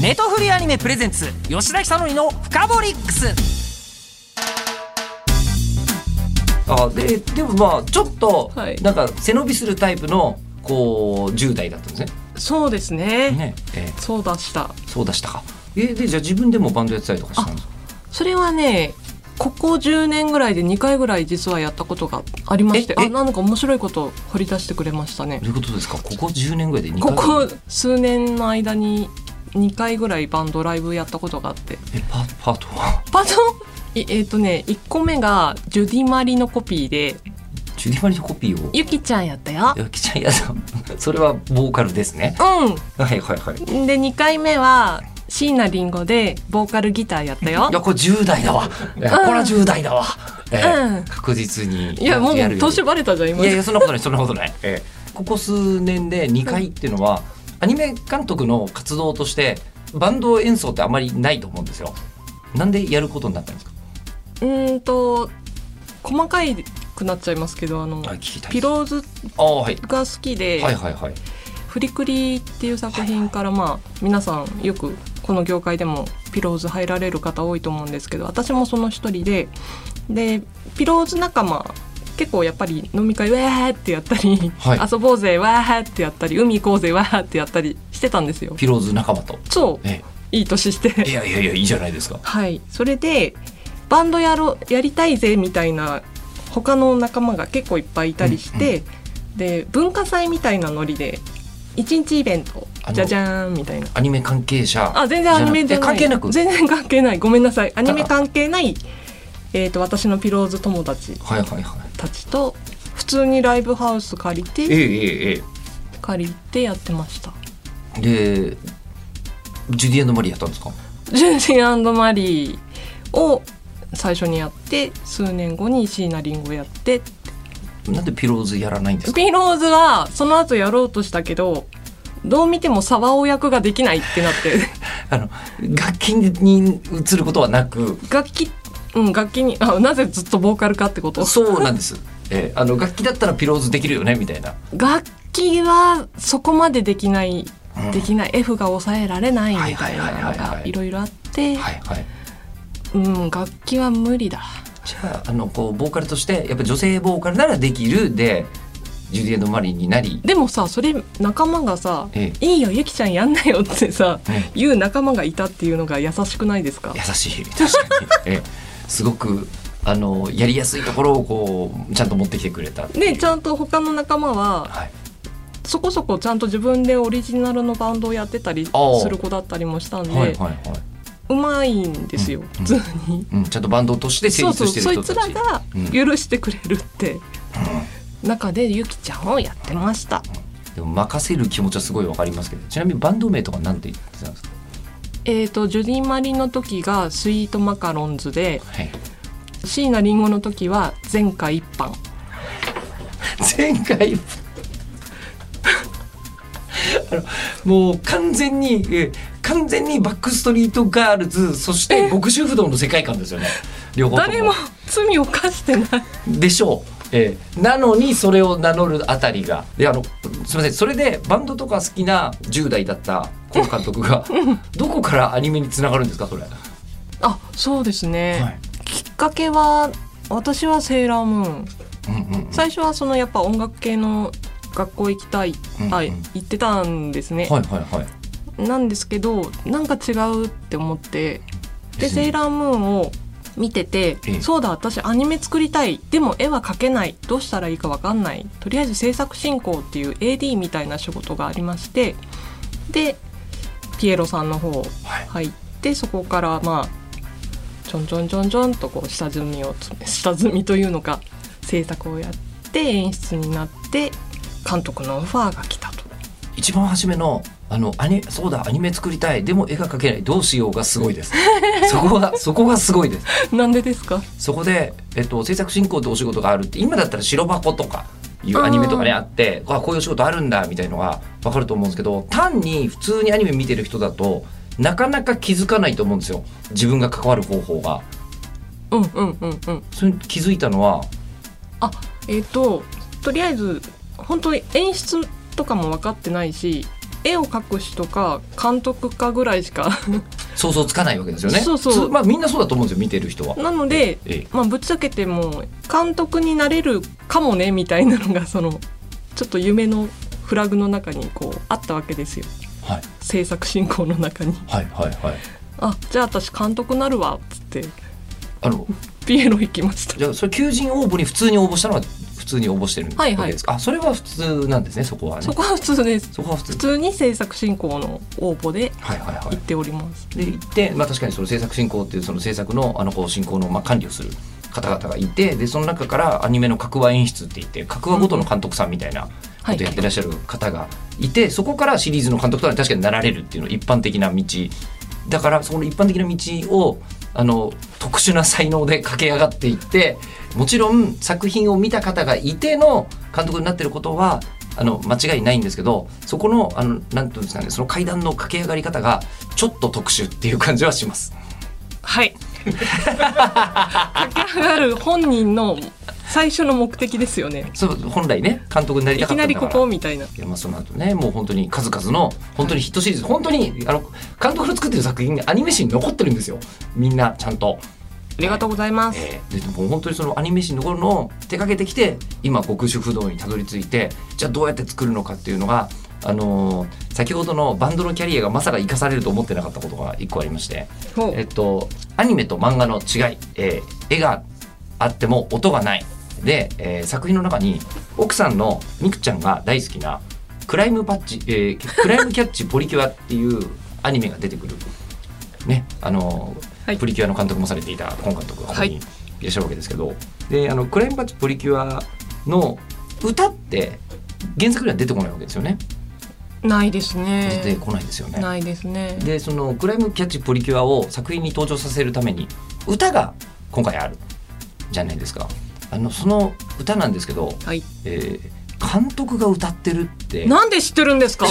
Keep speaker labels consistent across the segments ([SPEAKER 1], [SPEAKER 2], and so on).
[SPEAKER 1] ネトフリアニメプレゼンツ吉田久典の「フカボリックス」
[SPEAKER 2] あででもまあちょっと
[SPEAKER 3] はい
[SPEAKER 2] なんか背伸びするタイプのこう10代だったんですね。
[SPEAKER 3] そうですね
[SPEAKER 2] ねえー
[SPEAKER 3] そうだした
[SPEAKER 2] そうでしたか。えーでじゃあ自分でもバンドやってたりとかしたんですか
[SPEAKER 3] それはねここ10年ぐらいで2回ぐらい実はやったことがありまして
[SPEAKER 2] ええ
[SPEAKER 3] あなんか面白いことを掘り出してくれましたね
[SPEAKER 2] どういうことですかここ10年ぐらいで2回
[SPEAKER 3] ここ数年の間に2回ぐらいバンドライブやったことがあって
[SPEAKER 2] えパートパートは
[SPEAKER 3] パートいえっ、とね1個目がジュディ・マリのコピーで
[SPEAKER 2] ジュディマリのコピーを
[SPEAKER 3] ゆきちゃんやったよ
[SPEAKER 2] やきちゃんやだそれはボーカルですね
[SPEAKER 3] う
[SPEAKER 2] はいはいはい
[SPEAKER 3] んで2回目は椎名林檎でボーカルギターやったよ
[SPEAKER 2] いやこれ10代だわいやこれは10代だわ、えー
[SPEAKER 3] うん
[SPEAKER 2] 確実に
[SPEAKER 3] いやもう
[SPEAKER 2] やるよ
[SPEAKER 3] 年バレたじゃん今
[SPEAKER 2] いやいやそんなことないそんなことない、ええここ数年で2回っていうのはアニメ監督の活動としてバンド演奏ってあまりないと思うんですよなんでやることになったんですか
[SPEAKER 3] うーんと細かいくなっちゃいますけどあの、
[SPEAKER 2] あ聞きたい
[SPEAKER 3] ピローズ
[SPEAKER 2] ああはい
[SPEAKER 3] が好きで「
[SPEAKER 2] はいはいはい
[SPEAKER 3] フリクリ」っていう作品から、まあ、皆さんよくこの業界でもピローズ入られる方多いと思うんですけど私もその一人ででピローズ仲間結構やっぱり飲み会「わー!」ってやったり、
[SPEAKER 2] はい
[SPEAKER 3] 遊ぼうぜわー!」ってやったり海行こうぜわー!」ってやったりしてたんですよ。
[SPEAKER 2] ピローズ仲間と
[SPEAKER 3] そう
[SPEAKER 2] え
[SPEAKER 3] いい年して
[SPEAKER 2] えいやいやいやいいじゃないですか
[SPEAKER 3] はい、それでバンドやろやりたいぜみたいな他の仲間が結構いっぱいいたりして、で文化祭みたいなノリで一日イベント
[SPEAKER 2] あの
[SPEAKER 3] じゃじゃーんみたいな
[SPEAKER 2] アニメ関係者
[SPEAKER 3] あ全然アニメじゃない
[SPEAKER 2] じゃなくて関係なく
[SPEAKER 3] 全然関係ないごめんなさいアニメ関係ない、えー、と私のピローズ友達
[SPEAKER 2] はいはいはい
[SPEAKER 3] たちと普通にライブハウス借り
[SPEAKER 2] ええ
[SPEAKER 3] て
[SPEAKER 2] ええ
[SPEAKER 3] 借りてやってました
[SPEAKER 2] ええでジュディアンドマリーやったんですか
[SPEAKER 3] ジュディマリーを最初にやって数年後に椎名林檎やって
[SPEAKER 2] なんでピローズやらないんですか
[SPEAKER 3] ピローズはその後やろうとしたけどどう見ても沢尾役ができないってなって
[SPEAKER 2] あの楽器に移ることはなく
[SPEAKER 3] 楽器うん楽器にあなぜずっとボーカルかってこと
[SPEAKER 2] そうなんです、ええあの楽器だったらピローズできるよねみたいな
[SPEAKER 3] 楽器はそこまでできない、
[SPEAKER 2] うん
[SPEAKER 3] できない F が抑えられないみたいな
[SPEAKER 2] は
[SPEAKER 3] の
[SPEAKER 2] いはいはいはい
[SPEAKER 3] が
[SPEAKER 2] はい
[SPEAKER 3] いろいろあって、
[SPEAKER 2] はいはい
[SPEAKER 3] うん楽器は無理だ
[SPEAKER 2] じゃああのこうボーカルとしてやっぱり女性ボーカルならできるでジュディ・エンド・マリーになり、
[SPEAKER 3] でもさそれ仲間がさ「
[SPEAKER 2] え
[SPEAKER 3] いいよゆきちゃんやんなよ」ってさ
[SPEAKER 2] えね
[SPEAKER 3] 言う仲間がいたっていうのが優しくないですか
[SPEAKER 2] 優しい 確かに、ええすごくあのやりやすいところをこうちゃんと持ってきてくれた、
[SPEAKER 3] でちゃんと他の仲間は
[SPEAKER 2] はい、
[SPEAKER 3] そこそこちゃんと自分でオリジナルのバンドをやってたりす
[SPEAKER 2] ああ
[SPEAKER 3] る子だったりもしたんで、
[SPEAKER 2] はいはいは
[SPEAKER 3] うまいんですよ、
[SPEAKER 2] うん
[SPEAKER 3] 普通に。
[SPEAKER 2] い、うん、ちゃんとバンドとして成
[SPEAKER 3] そうそ
[SPEAKER 2] 立
[SPEAKER 3] う
[SPEAKER 2] して
[SPEAKER 3] そ
[SPEAKER 2] る人
[SPEAKER 3] い
[SPEAKER 2] たち
[SPEAKER 3] つらが許してくれるって、中でゆきちゃんをやってました。
[SPEAKER 2] でも任せる気持ちはすごいわかりますけどちなみにバンド名とかなんて言ってたんですか、
[SPEAKER 3] えー、とジュディ・マリの時がスイートマカロンズで
[SPEAKER 2] はい、
[SPEAKER 3] 椎名林檎の時は前回一般
[SPEAKER 2] 前回あのもう完全にえ完全にバックストリートガールズそして極主不動の世界観ですよね両方とも
[SPEAKER 3] 誰も罪を犯してない
[SPEAKER 2] でしょう、ええなのにそれを名乗るあたりがであのすいませんそれでバンドとか好きな10代だったこの監督 がどこからアニメにつながるんですかそれ、
[SPEAKER 3] あそうですね、
[SPEAKER 2] はい
[SPEAKER 3] きっかけは私はセーラームーン
[SPEAKER 2] うんうんうん
[SPEAKER 3] 最初はそのやっぱ音楽系の学校行きたい、
[SPEAKER 2] うんうん
[SPEAKER 3] あ行ってたんですね、
[SPEAKER 2] はいはいはい
[SPEAKER 3] なんですけどなんか違うって思ってで「セーラームーン」を見てて
[SPEAKER 2] ええ
[SPEAKER 3] そうだ私アニメ作りたいでも絵は描けないどうしたらいいか分かんないとりあえず制作進行っていう AD みたいな仕事がありましてでピエロさんの方
[SPEAKER 2] はい
[SPEAKER 3] 入ってそこからまあちょんちょんちょんちょんとこう下積みをつ 下積みというのか制作をやって演出になって監督のオファーが来たと。
[SPEAKER 2] 一番初めのあのアニそうだアニメ作りたいでも絵が描けないどうしようがすごいですそこ がそこがすごいです
[SPEAKER 3] なんでですか
[SPEAKER 2] そこで、えっと、制作進行ってお仕事があるって今だったら白箱とかいうアニメとかね
[SPEAKER 3] あ
[SPEAKER 2] あってあこういうお仕事あるんだみたいのが分かると思うんですけど単に普通にアニメ見てる人だとなかなか気づかないと思うんですよ自分が関わる方法が
[SPEAKER 3] うんうんうんうん。
[SPEAKER 2] それに気づいたのは
[SPEAKER 3] あえっ、ととりあえず本当に演出とかも分かってないし絵を描く人か監督かぐらいしか
[SPEAKER 2] 想像つかないわけですよね
[SPEAKER 3] そうそう
[SPEAKER 2] つまあみんなそうだと思うんですよ見てる人は
[SPEAKER 3] なので、
[SPEAKER 2] ええ
[SPEAKER 3] まあ、ぶっちゃけてもう監督になれるかもねみたいなのがそのちょっと夢のフラグの中にこうあったわけですよ
[SPEAKER 2] はい
[SPEAKER 3] 制作進行の中に
[SPEAKER 2] はいはいはい
[SPEAKER 3] あじゃあ私監督なるわっつって
[SPEAKER 2] あの
[SPEAKER 3] ピエロ行きました
[SPEAKER 2] じゃあそれ求人応募に普通に応募したのは普通に応募してるん
[SPEAKER 3] はいはい
[SPEAKER 2] ですかあそれは普通なんですねそこはね
[SPEAKER 3] そこは普通です
[SPEAKER 2] そこは普通
[SPEAKER 3] 普通に制作進行の応募で
[SPEAKER 2] はいはいは
[SPEAKER 3] 行っ
[SPEAKER 2] い
[SPEAKER 3] ております、
[SPEAKER 2] で行って、まあ、確かにその制作進行っていうその制作のあのこう進行のまあ管理をする方々がいてでその中からアニメの各話演出って言って各話ごとの監督さんみたいな
[SPEAKER 3] は
[SPEAKER 2] こ
[SPEAKER 3] い
[SPEAKER 2] とやってらっしゃる方がいてそこからシリーズの監督とは確かになられるっていうのが一般的な道だからその一般的な道をあの特殊な才能で駆け上がっていってもちろん作品を見た方がいての監督になってることはあの間違いないんですけどそこのあのなんていうんですかねその階段の駆け上がり方がちょっと特殊っていう感じはします。
[SPEAKER 3] はい駆け上がる本人の最初の目的ですよね
[SPEAKER 2] そう本来ね監督になり
[SPEAKER 3] い
[SPEAKER 2] たかっ
[SPEAKER 3] き
[SPEAKER 2] た
[SPEAKER 3] な
[SPEAKER 2] だ
[SPEAKER 3] んり
[SPEAKER 2] か
[SPEAKER 3] こ
[SPEAKER 2] ら
[SPEAKER 3] こみたいない
[SPEAKER 2] やまあその後ねもう本当に数々の本当にヒットシリーズ本当にあの監督の作ってる作品がアニメ史に残ってるんですよみんなちゃんと。
[SPEAKER 3] ありがとうございます、
[SPEAKER 2] えーでもう本当にそのアニメ史に残るのを手掛けてきて今極主不動にたどり着いてじゃあどうやって作るのかっていうのが、あのー先ほどのバンドのキャリアがまさか生かされると思ってなかったことが一個ありまして、
[SPEAKER 3] ほう
[SPEAKER 2] えっと、アニメと漫画の違い、えー絵があっても音がないで、えー作品の中に奥さんのみくちゃんが大好きなクライムパッチ、えークライムキャッチポリキュアっていうアニメが出てくる、ねあのー
[SPEAKER 3] はい
[SPEAKER 2] プリキュアの監督もされていた今監督がここ
[SPEAKER 3] は
[SPEAKER 2] にいらっしゃるわけですけど、であのクライムパッチポリキュアの歌って原作には出てこないわけですよね。
[SPEAKER 3] ないです
[SPEAKER 2] 出て
[SPEAKER 3] ね
[SPEAKER 2] こないですよね。
[SPEAKER 3] ないですね
[SPEAKER 2] でそのクライムキャッチポリキュアを作品に登場させるために歌が今回あるじゃないですかあのその歌なんですけど、
[SPEAKER 3] はい
[SPEAKER 2] えー監督が歌ってるって
[SPEAKER 3] なんで知ってるん ですか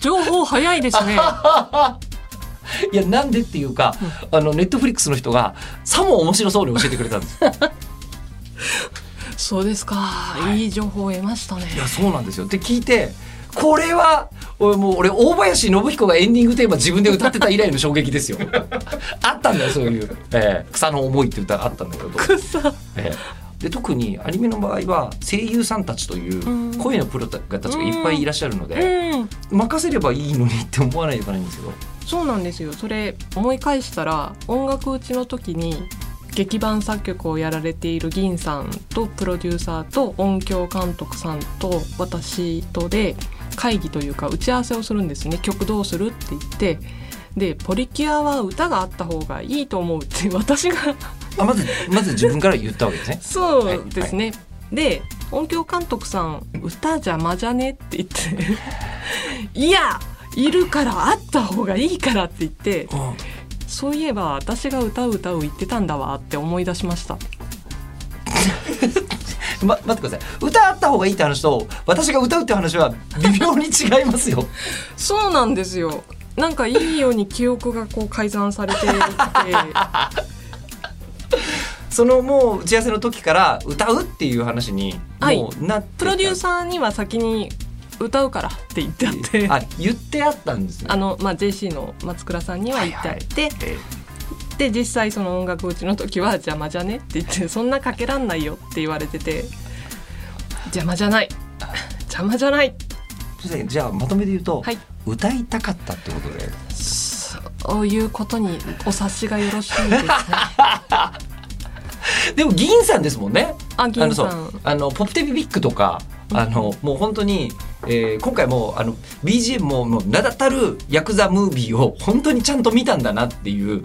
[SPEAKER 3] 情報早いですね
[SPEAKER 2] いやなんでっていうかあのネットフリックスの人がさも面白そうに教えてくれたんです
[SPEAKER 3] そうですか、い、い情報を得ましたね
[SPEAKER 2] いやそうなんですよって聞いてこれは俺もう俺大林信彦がエンディングテーマ自分で歌ってた以来の衝撃ですよ あったんだよそういう、えー草の思い」って歌があったんだけど
[SPEAKER 3] くさ
[SPEAKER 2] ええで特にアニメの場合は声優さんたちとい
[SPEAKER 3] うん
[SPEAKER 2] う声のプロたちがいっぱいいらっしゃるので
[SPEAKER 3] うん
[SPEAKER 2] 任せればいいのにって思わないといけないんですけど
[SPEAKER 3] そうなんですよそれ思い返したら音楽打ちの時に劇版作曲をやられている銀さんとプロデューサーと音響監督さんと私とで会議というか打ち合わせをするんですね曲どうするって言ってで「ポリキュアは歌があった方がいいと思う」って私が。
[SPEAKER 2] あまずまず自分から言ったわけですね
[SPEAKER 3] そうですね、で音響監督さん「歌邪魔じゃね?」って言って 「いやいるからあった方がいいから」って言って
[SPEAKER 2] うん
[SPEAKER 3] そういえば私が歌う歌を言ってたんだわって思い出しました
[SPEAKER 2] ま、待ってください歌あった方がいいって話と私が歌うって話は微妙に違います よ
[SPEAKER 3] そうなんですよなんかいいように記憶がこう改ざんされていて
[SPEAKER 2] そのもう打ち合わせの時から歌うっていう話に
[SPEAKER 3] はい
[SPEAKER 2] もうなってた
[SPEAKER 3] プロデューサーには先に歌うからって言ってあってあ
[SPEAKER 2] あ言ってあったんですね
[SPEAKER 3] の、まあ、JC の松倉さんには言ってあって、
[SPEAKER 2] え
[SPEAKER 3] で実際その音楽うちの時は邪魔じゃねって言ってそんなかけらんないよって言われてて邪魔じゃない邪魔じゃない
[SPEAKER 2] えじゃあまとめて言うと、
[SPEAKER 3] はい
[SPEAKER 2] 歌いたかったってことで
[SPEAKER 3] そういうことにお察しがよろしいですね
[SPEAKER 2] でも銀さんですもんね
[SPEAKER 3] あ
[SPEAKER 2] あの
[SPEAKER 3] 銀
[SPEAKER 2] そう
[SPEAKER 3] さ
[SPEAKER 2] んあのポップテビビックとかあのもう本当に、えー今回もうあの BGM ももう名だたるヤクザムービーを本当にちゃんと見たんだなっていう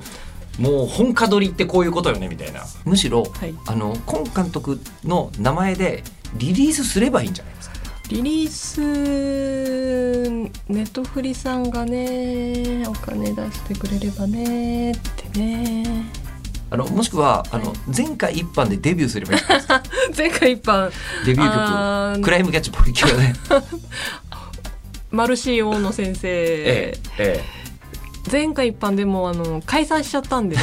[SPEAKER 2] もう本家撮りってこういうことよねみたいなむしろ、
[SPEAKER 3] はい
[SPEAKER 2] あの今監督の名前でリリースすればいいんじゃないですか
[SPEAKER 3] リリースネットフリさんがねお金出してくれればねってね
[SPEAKER 2] あのもしくはあの前回一般でデビューすればいいんじゃないですか
[SPEAKER 3] 前回一般
[SPEAKER 2] デビュー
[SPEAKER 3] あー
[SPEAKER 2] 曲「クライムキャッチポリキュ ア」ね。
[SPEAKER 3] マルシー大野先
[SPEAKER 2] え
[SPEAKER 3] 生、
[SPEAKER 2] えええ
[SPEAKER 3] 前回一般でもあの解散しちゃった んで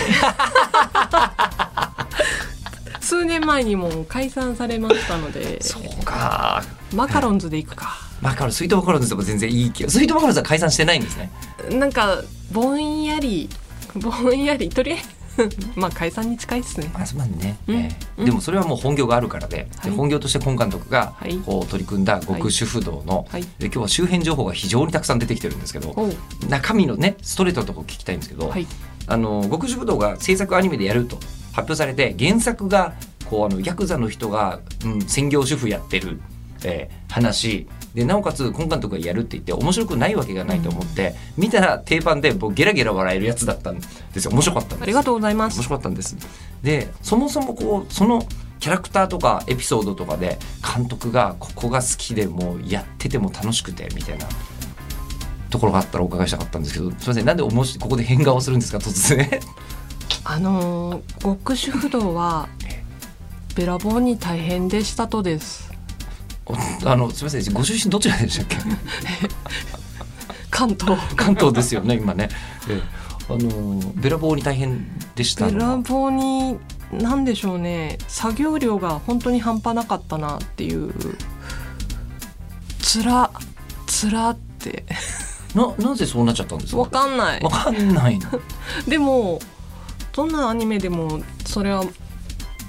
[SPEAKER 3] 数年前にもう解散されましたので
[SPEAKER 2] そうか
[SPEAKER 3] マカロンズで行くか
[SPEAKER 2] わかるスイートバカロンズでも全然いい気がスイートバカロンズは解散してないんですね
[SPEAKER 3] なんかぼんやりぼんやりとりあえず まあ解散に近いですね
[SPEAKER 2] まあ、まあね、
[SPEAKER 3] うん
[SPEAKER 2] ええ
[SPEAKER 3] うん
[SPEAKER 2] でもそれはもう本業があるからで,、
[SPEAKER 3] はい
[SPEAKER 2] で本業として今監督が
[SPEAKER 3] はい
[SPEAKER 2] こう取り組んだ
[SPEAKER 3] は
[SPEAKER 2] 極
[SPEAKER 3] い
[SPEAKER 2] 主婦道の、
[SPEAKER 3] はい
[SPEAKER 2] で今日は周辺情報が非常にたくさん出てきてるんですけど、
[SPEAKER 3] おう
[SPEAKER 2] 中身のねストレートなところ聞きたいんですけど、
[SPEAKER 3] はい
[SPEAKER 2] あの極主婦道が制作アニメでやると発表されて原作がこうあのヤクザの人が、うん、専業主婦やってる、えー話でなおかつ今監督がやるって言って面白くないわけがないと思って、見たら定番で僕ゲラゲラ笑えるやつだったんですよ面白かったんです
[SPEAKER 3] ありがとうございま
[SPEAKER 2] 面
[SPEAKER 3] す
[SPEAKER 2] 白かったんですでそもそもこうそのキャラクターとかエピソードとかで監督がここが好きでもうやってても楽しくてみたいなところがあったらお伺いしたかったんですけどすいませんなんでおもしここで変顔するんですか突然
[SPEAKER 3] あのー極主不動はべらぼうに大変でしたとです
[SPEAKER 2] あのすいませんご出身どちらでしたっけ
[SPEAKER 3] 関東
[SPEAKER 2] 関東ですよね今ね、ええあのべらぼうに大変でした
[SPEAKER 3] べ
[SPEAKER 2] の
[SPEAKER 3] ら
[SPEAKER 2] は
[SPEAKER 3] ぼうに何でしょうね作業量が本当に半端なかったなっていうつらつらって
[SPEAKER 2] ななぜそうなっちゃったんですか
[SPEAKER 3] わかんない
[SPEAKER 2] わかんないの
[SPEAKER 3] でもどんなアニメでもそれは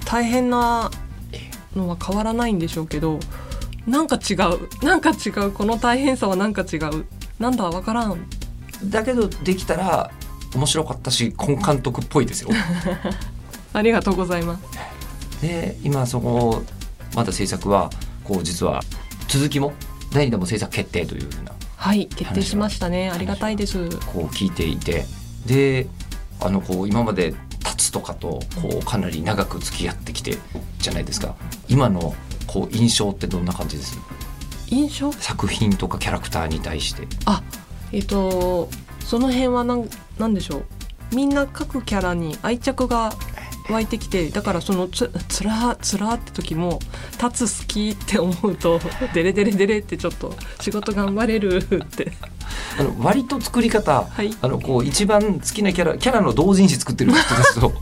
[SPEAKER 3] 大変なのは変わらないんでしょうけどなんか違うなんか違うこの大変さはなんか違うなんだわからん
[SPEAKER 2] だけどできたら面白かったし今監督っぽいですよ
[SPEAKER 3] ありがとうございます
[SPEAKER 2] で今そこまだ制作はこう実は続きも第2弾も制作決定というふうな
[SPEAKER 3] はい決定しましたねありがたいです
[SPEAKER 2] こう聞いていてであのこう今まで立つとかとこうかなり長く付き合ってきてじゃないですか今のこう印象ってどんな感じです
[SPEAKER 3] 印象
[SPEAKER 2] 作品とかキャラクターに対して
[SPEAKER 3] あえっとその辺はなんなんでしょうみんな各キャラに愛着が湧いてきてだからそのつつらつらって時も「立つ好き」って思うと 「デレデレデレ」ってちょっと仕事頑張れるって
[SPEAKER 2] あの割と作り方、
[SPEAKER 3] はい
[SPEAKER 2] あのこう一番好きなキャラキャラの同人誌作ってる人たちと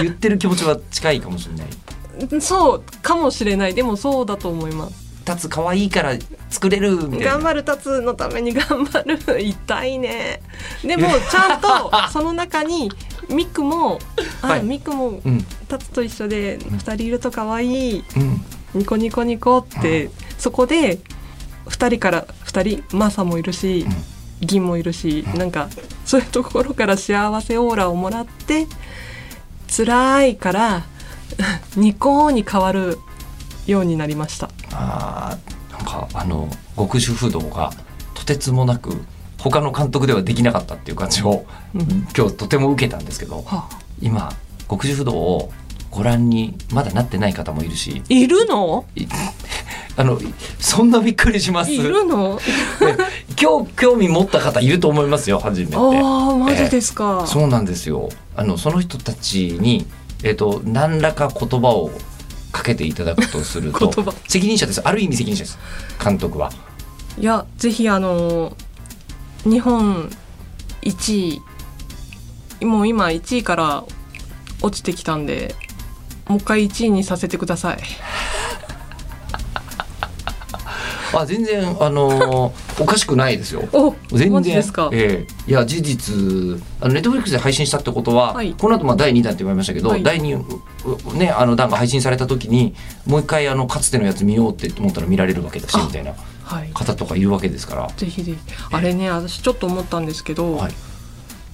[SPEAKER 2] 言ってる気持ちは近いかもしれない。
[SPEAKER 3] そうかもしれないでもそうだと思います
[SPEAKER 2] 立つ可愛いから作れるみたいな
[SPEAKER 3] 頑張る立つのために 頑張る痛いねでもちゃんとその中にミクもあ、
[SPEAKER 2] はい
[SPEAKER 3] ミクも
[SPEAKER 2] うん
[SPEAKER 3] 立つと一緒で2人いると可愛い
[SPEAKER 2] うん
[SPEAKER 3] ニコニコニコって、そこで2人から2人マサもいるし、銀もいるし、なんかそういうところから幸せオーラをもらって辛いから ニコーに変わるようになりました
[SPEAKER 2] あーなんかあの極主不動がとてつもなく他の監督ではできなかったっていう感じを、
[SPEAKER 3] うん
[SPEAKER 2] 今日とても受けたんですけど
[SPEAKER 3] は
[SPEAKER 2] 今極主不動をご覧にまだなってない方もいるし
[SPEAKER 3] いるの
[SPEAKER 2] いあのそんなびっくりします
[SPEAKER 3] いるの
[SPEAKER 2] 今日 興味持った方いると思いますよ初めて
[SPEAKER 3] ああマジですか、
[SPEAKER 2] そうなんですよあのその人たちに、えっと何らか言葉をかけていただくとすると
[SPEAKER 3] 言葉
[SPEAKER 2] 責任者ですある意味責任者です監督はい
[SPEAKER 3] やぜひあの日本1位もう今1位から落ちてきたんでもう一回1位にさせてください
[SPEAKER 2] あ全然あの ーおかしくないですよ。
[SPEAKER 3] お
[SPEAKER 2] 全
[SPEAKER 3] マ
[SPEAKER 2] 然
[SPEAKER 3] ジですか、
[SPEAKER 2] ええいや事実あのネットフリックスで配信したってことは、
[SPEAKER 3] はい
[SPEAKER 2] この後まあ第2弾って言われましたけど、
[SPEAKER 3] はい
[SPEAKER 2] 第2うねあの弾が配信された時にもう一回あのかつてのやつ見ようって思ったら見られるわけだし
[SPEAKER 3] あ
[SPEAKER 2] みたいな
[SPEAKER 3] はい
[SPEAKER 2] 方とかいるわけですから。
[SPEAKER 3] ぜひぜひあれね私ちょっと思ったんですけど、
[SPEAKER 2] はい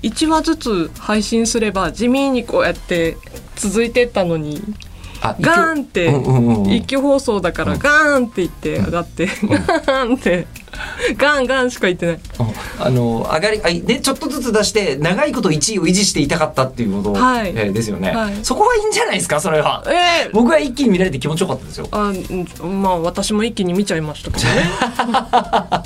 [SPEAKER 3] 1話ずつ配信すれば地味にこうやって続いてったのに
[SPEAKER 2] あ
[SPEAKER 3] ガーンって
[SPEAKER 2] 一挙うんうんうんうん
[SPEAKER 3] 一挙放送だからガーンって言って上がって、 ガーンってガンガンしか言ってない
[SPEAKER 2] あの上がりあねちょっとずつ出して長いこと1位を維持していたかったっていうこと、
[SPEAKER 3] はい
[SPEAKER 2] えーですよね、
[SPEAKER 3] はい
[SPEAKER 2] そこはいいんじゃないですかそれは
[SPEAKER 3] えー、
[SPEAKER 2] 僕は一気に見られて気持ちよかったですよ
[SPEAKER 3] あうんまあ私も一気に見ちゃいました けどねは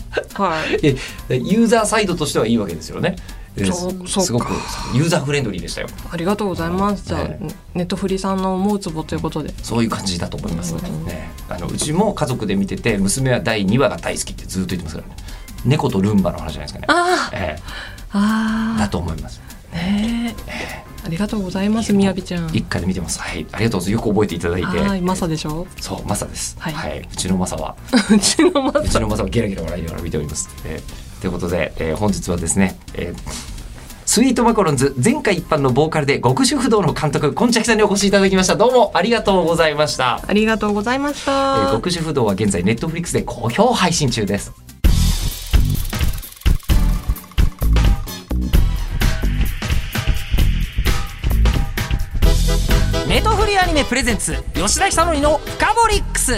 [SPEAKER 3] い
[SPEAKER 2] えユーザーサイドとしてはいいわけですよねえ
[SPEAKER 3] そう
[SPEAKER 2] すす
[SPEAKER 3] そう
[SPEAKER 2] ご
[SPEAKER 3] か
[SPEAKER 2] くユーザーフレンドリーでしたよ
[SPEAKER 3] ありがとうございますじゃあ、
[SPEAKER 2] え
[SPEAKER 3] ネットフリさんの思うツボということで
[SPEAKER 2] そういう感じだと思います、
[SPEAKER 3] うん
[SPEAKER 2] ね、あのうちも家族で見てて娘は第2話が大好きってずっと言ってますからね猫とルンバの話じゃないですかね
[SPEAKER 3] あ
[SPEAKER 2] ええ
[SPEAKER 3] あ
[SPEAKER 2] だと思います
[SPEAKER 3] あねえありがとうございますみやびちゃん
[SPEAKER 2] 一回で見てますはいありがとうございますよく覚えていただいて
[SPEAKER 3] はいマサでしょ
[SPEAKER 2] そうマサですは、
[SPEAKER 3] はいいう
[SPEAKER 2] ちのマサは
[SPEAKER 3] うちのマ
[SPEAKER 2] うち
[SPEAKER 3] サ
[SPEAKER 2] のマサはゲラゲラ笑いながら見ております、えーということで、えー本日はですね、えースイートマカロンズ前回一般のボーカルで極主不動の監督こんちゃきさんにお越しいただきましたどうもありがとうございました
[SPEAKER 3] ありがとうございまし
[SPEAKER 2] えー
[SPEAKER 3] た、
[SPEAKER 2] 極主不動は現在ネットフリックスで好評配信中です
[SPEAKER 1] ネトフリアニメプレゼンツ吉田久典のフカボリックス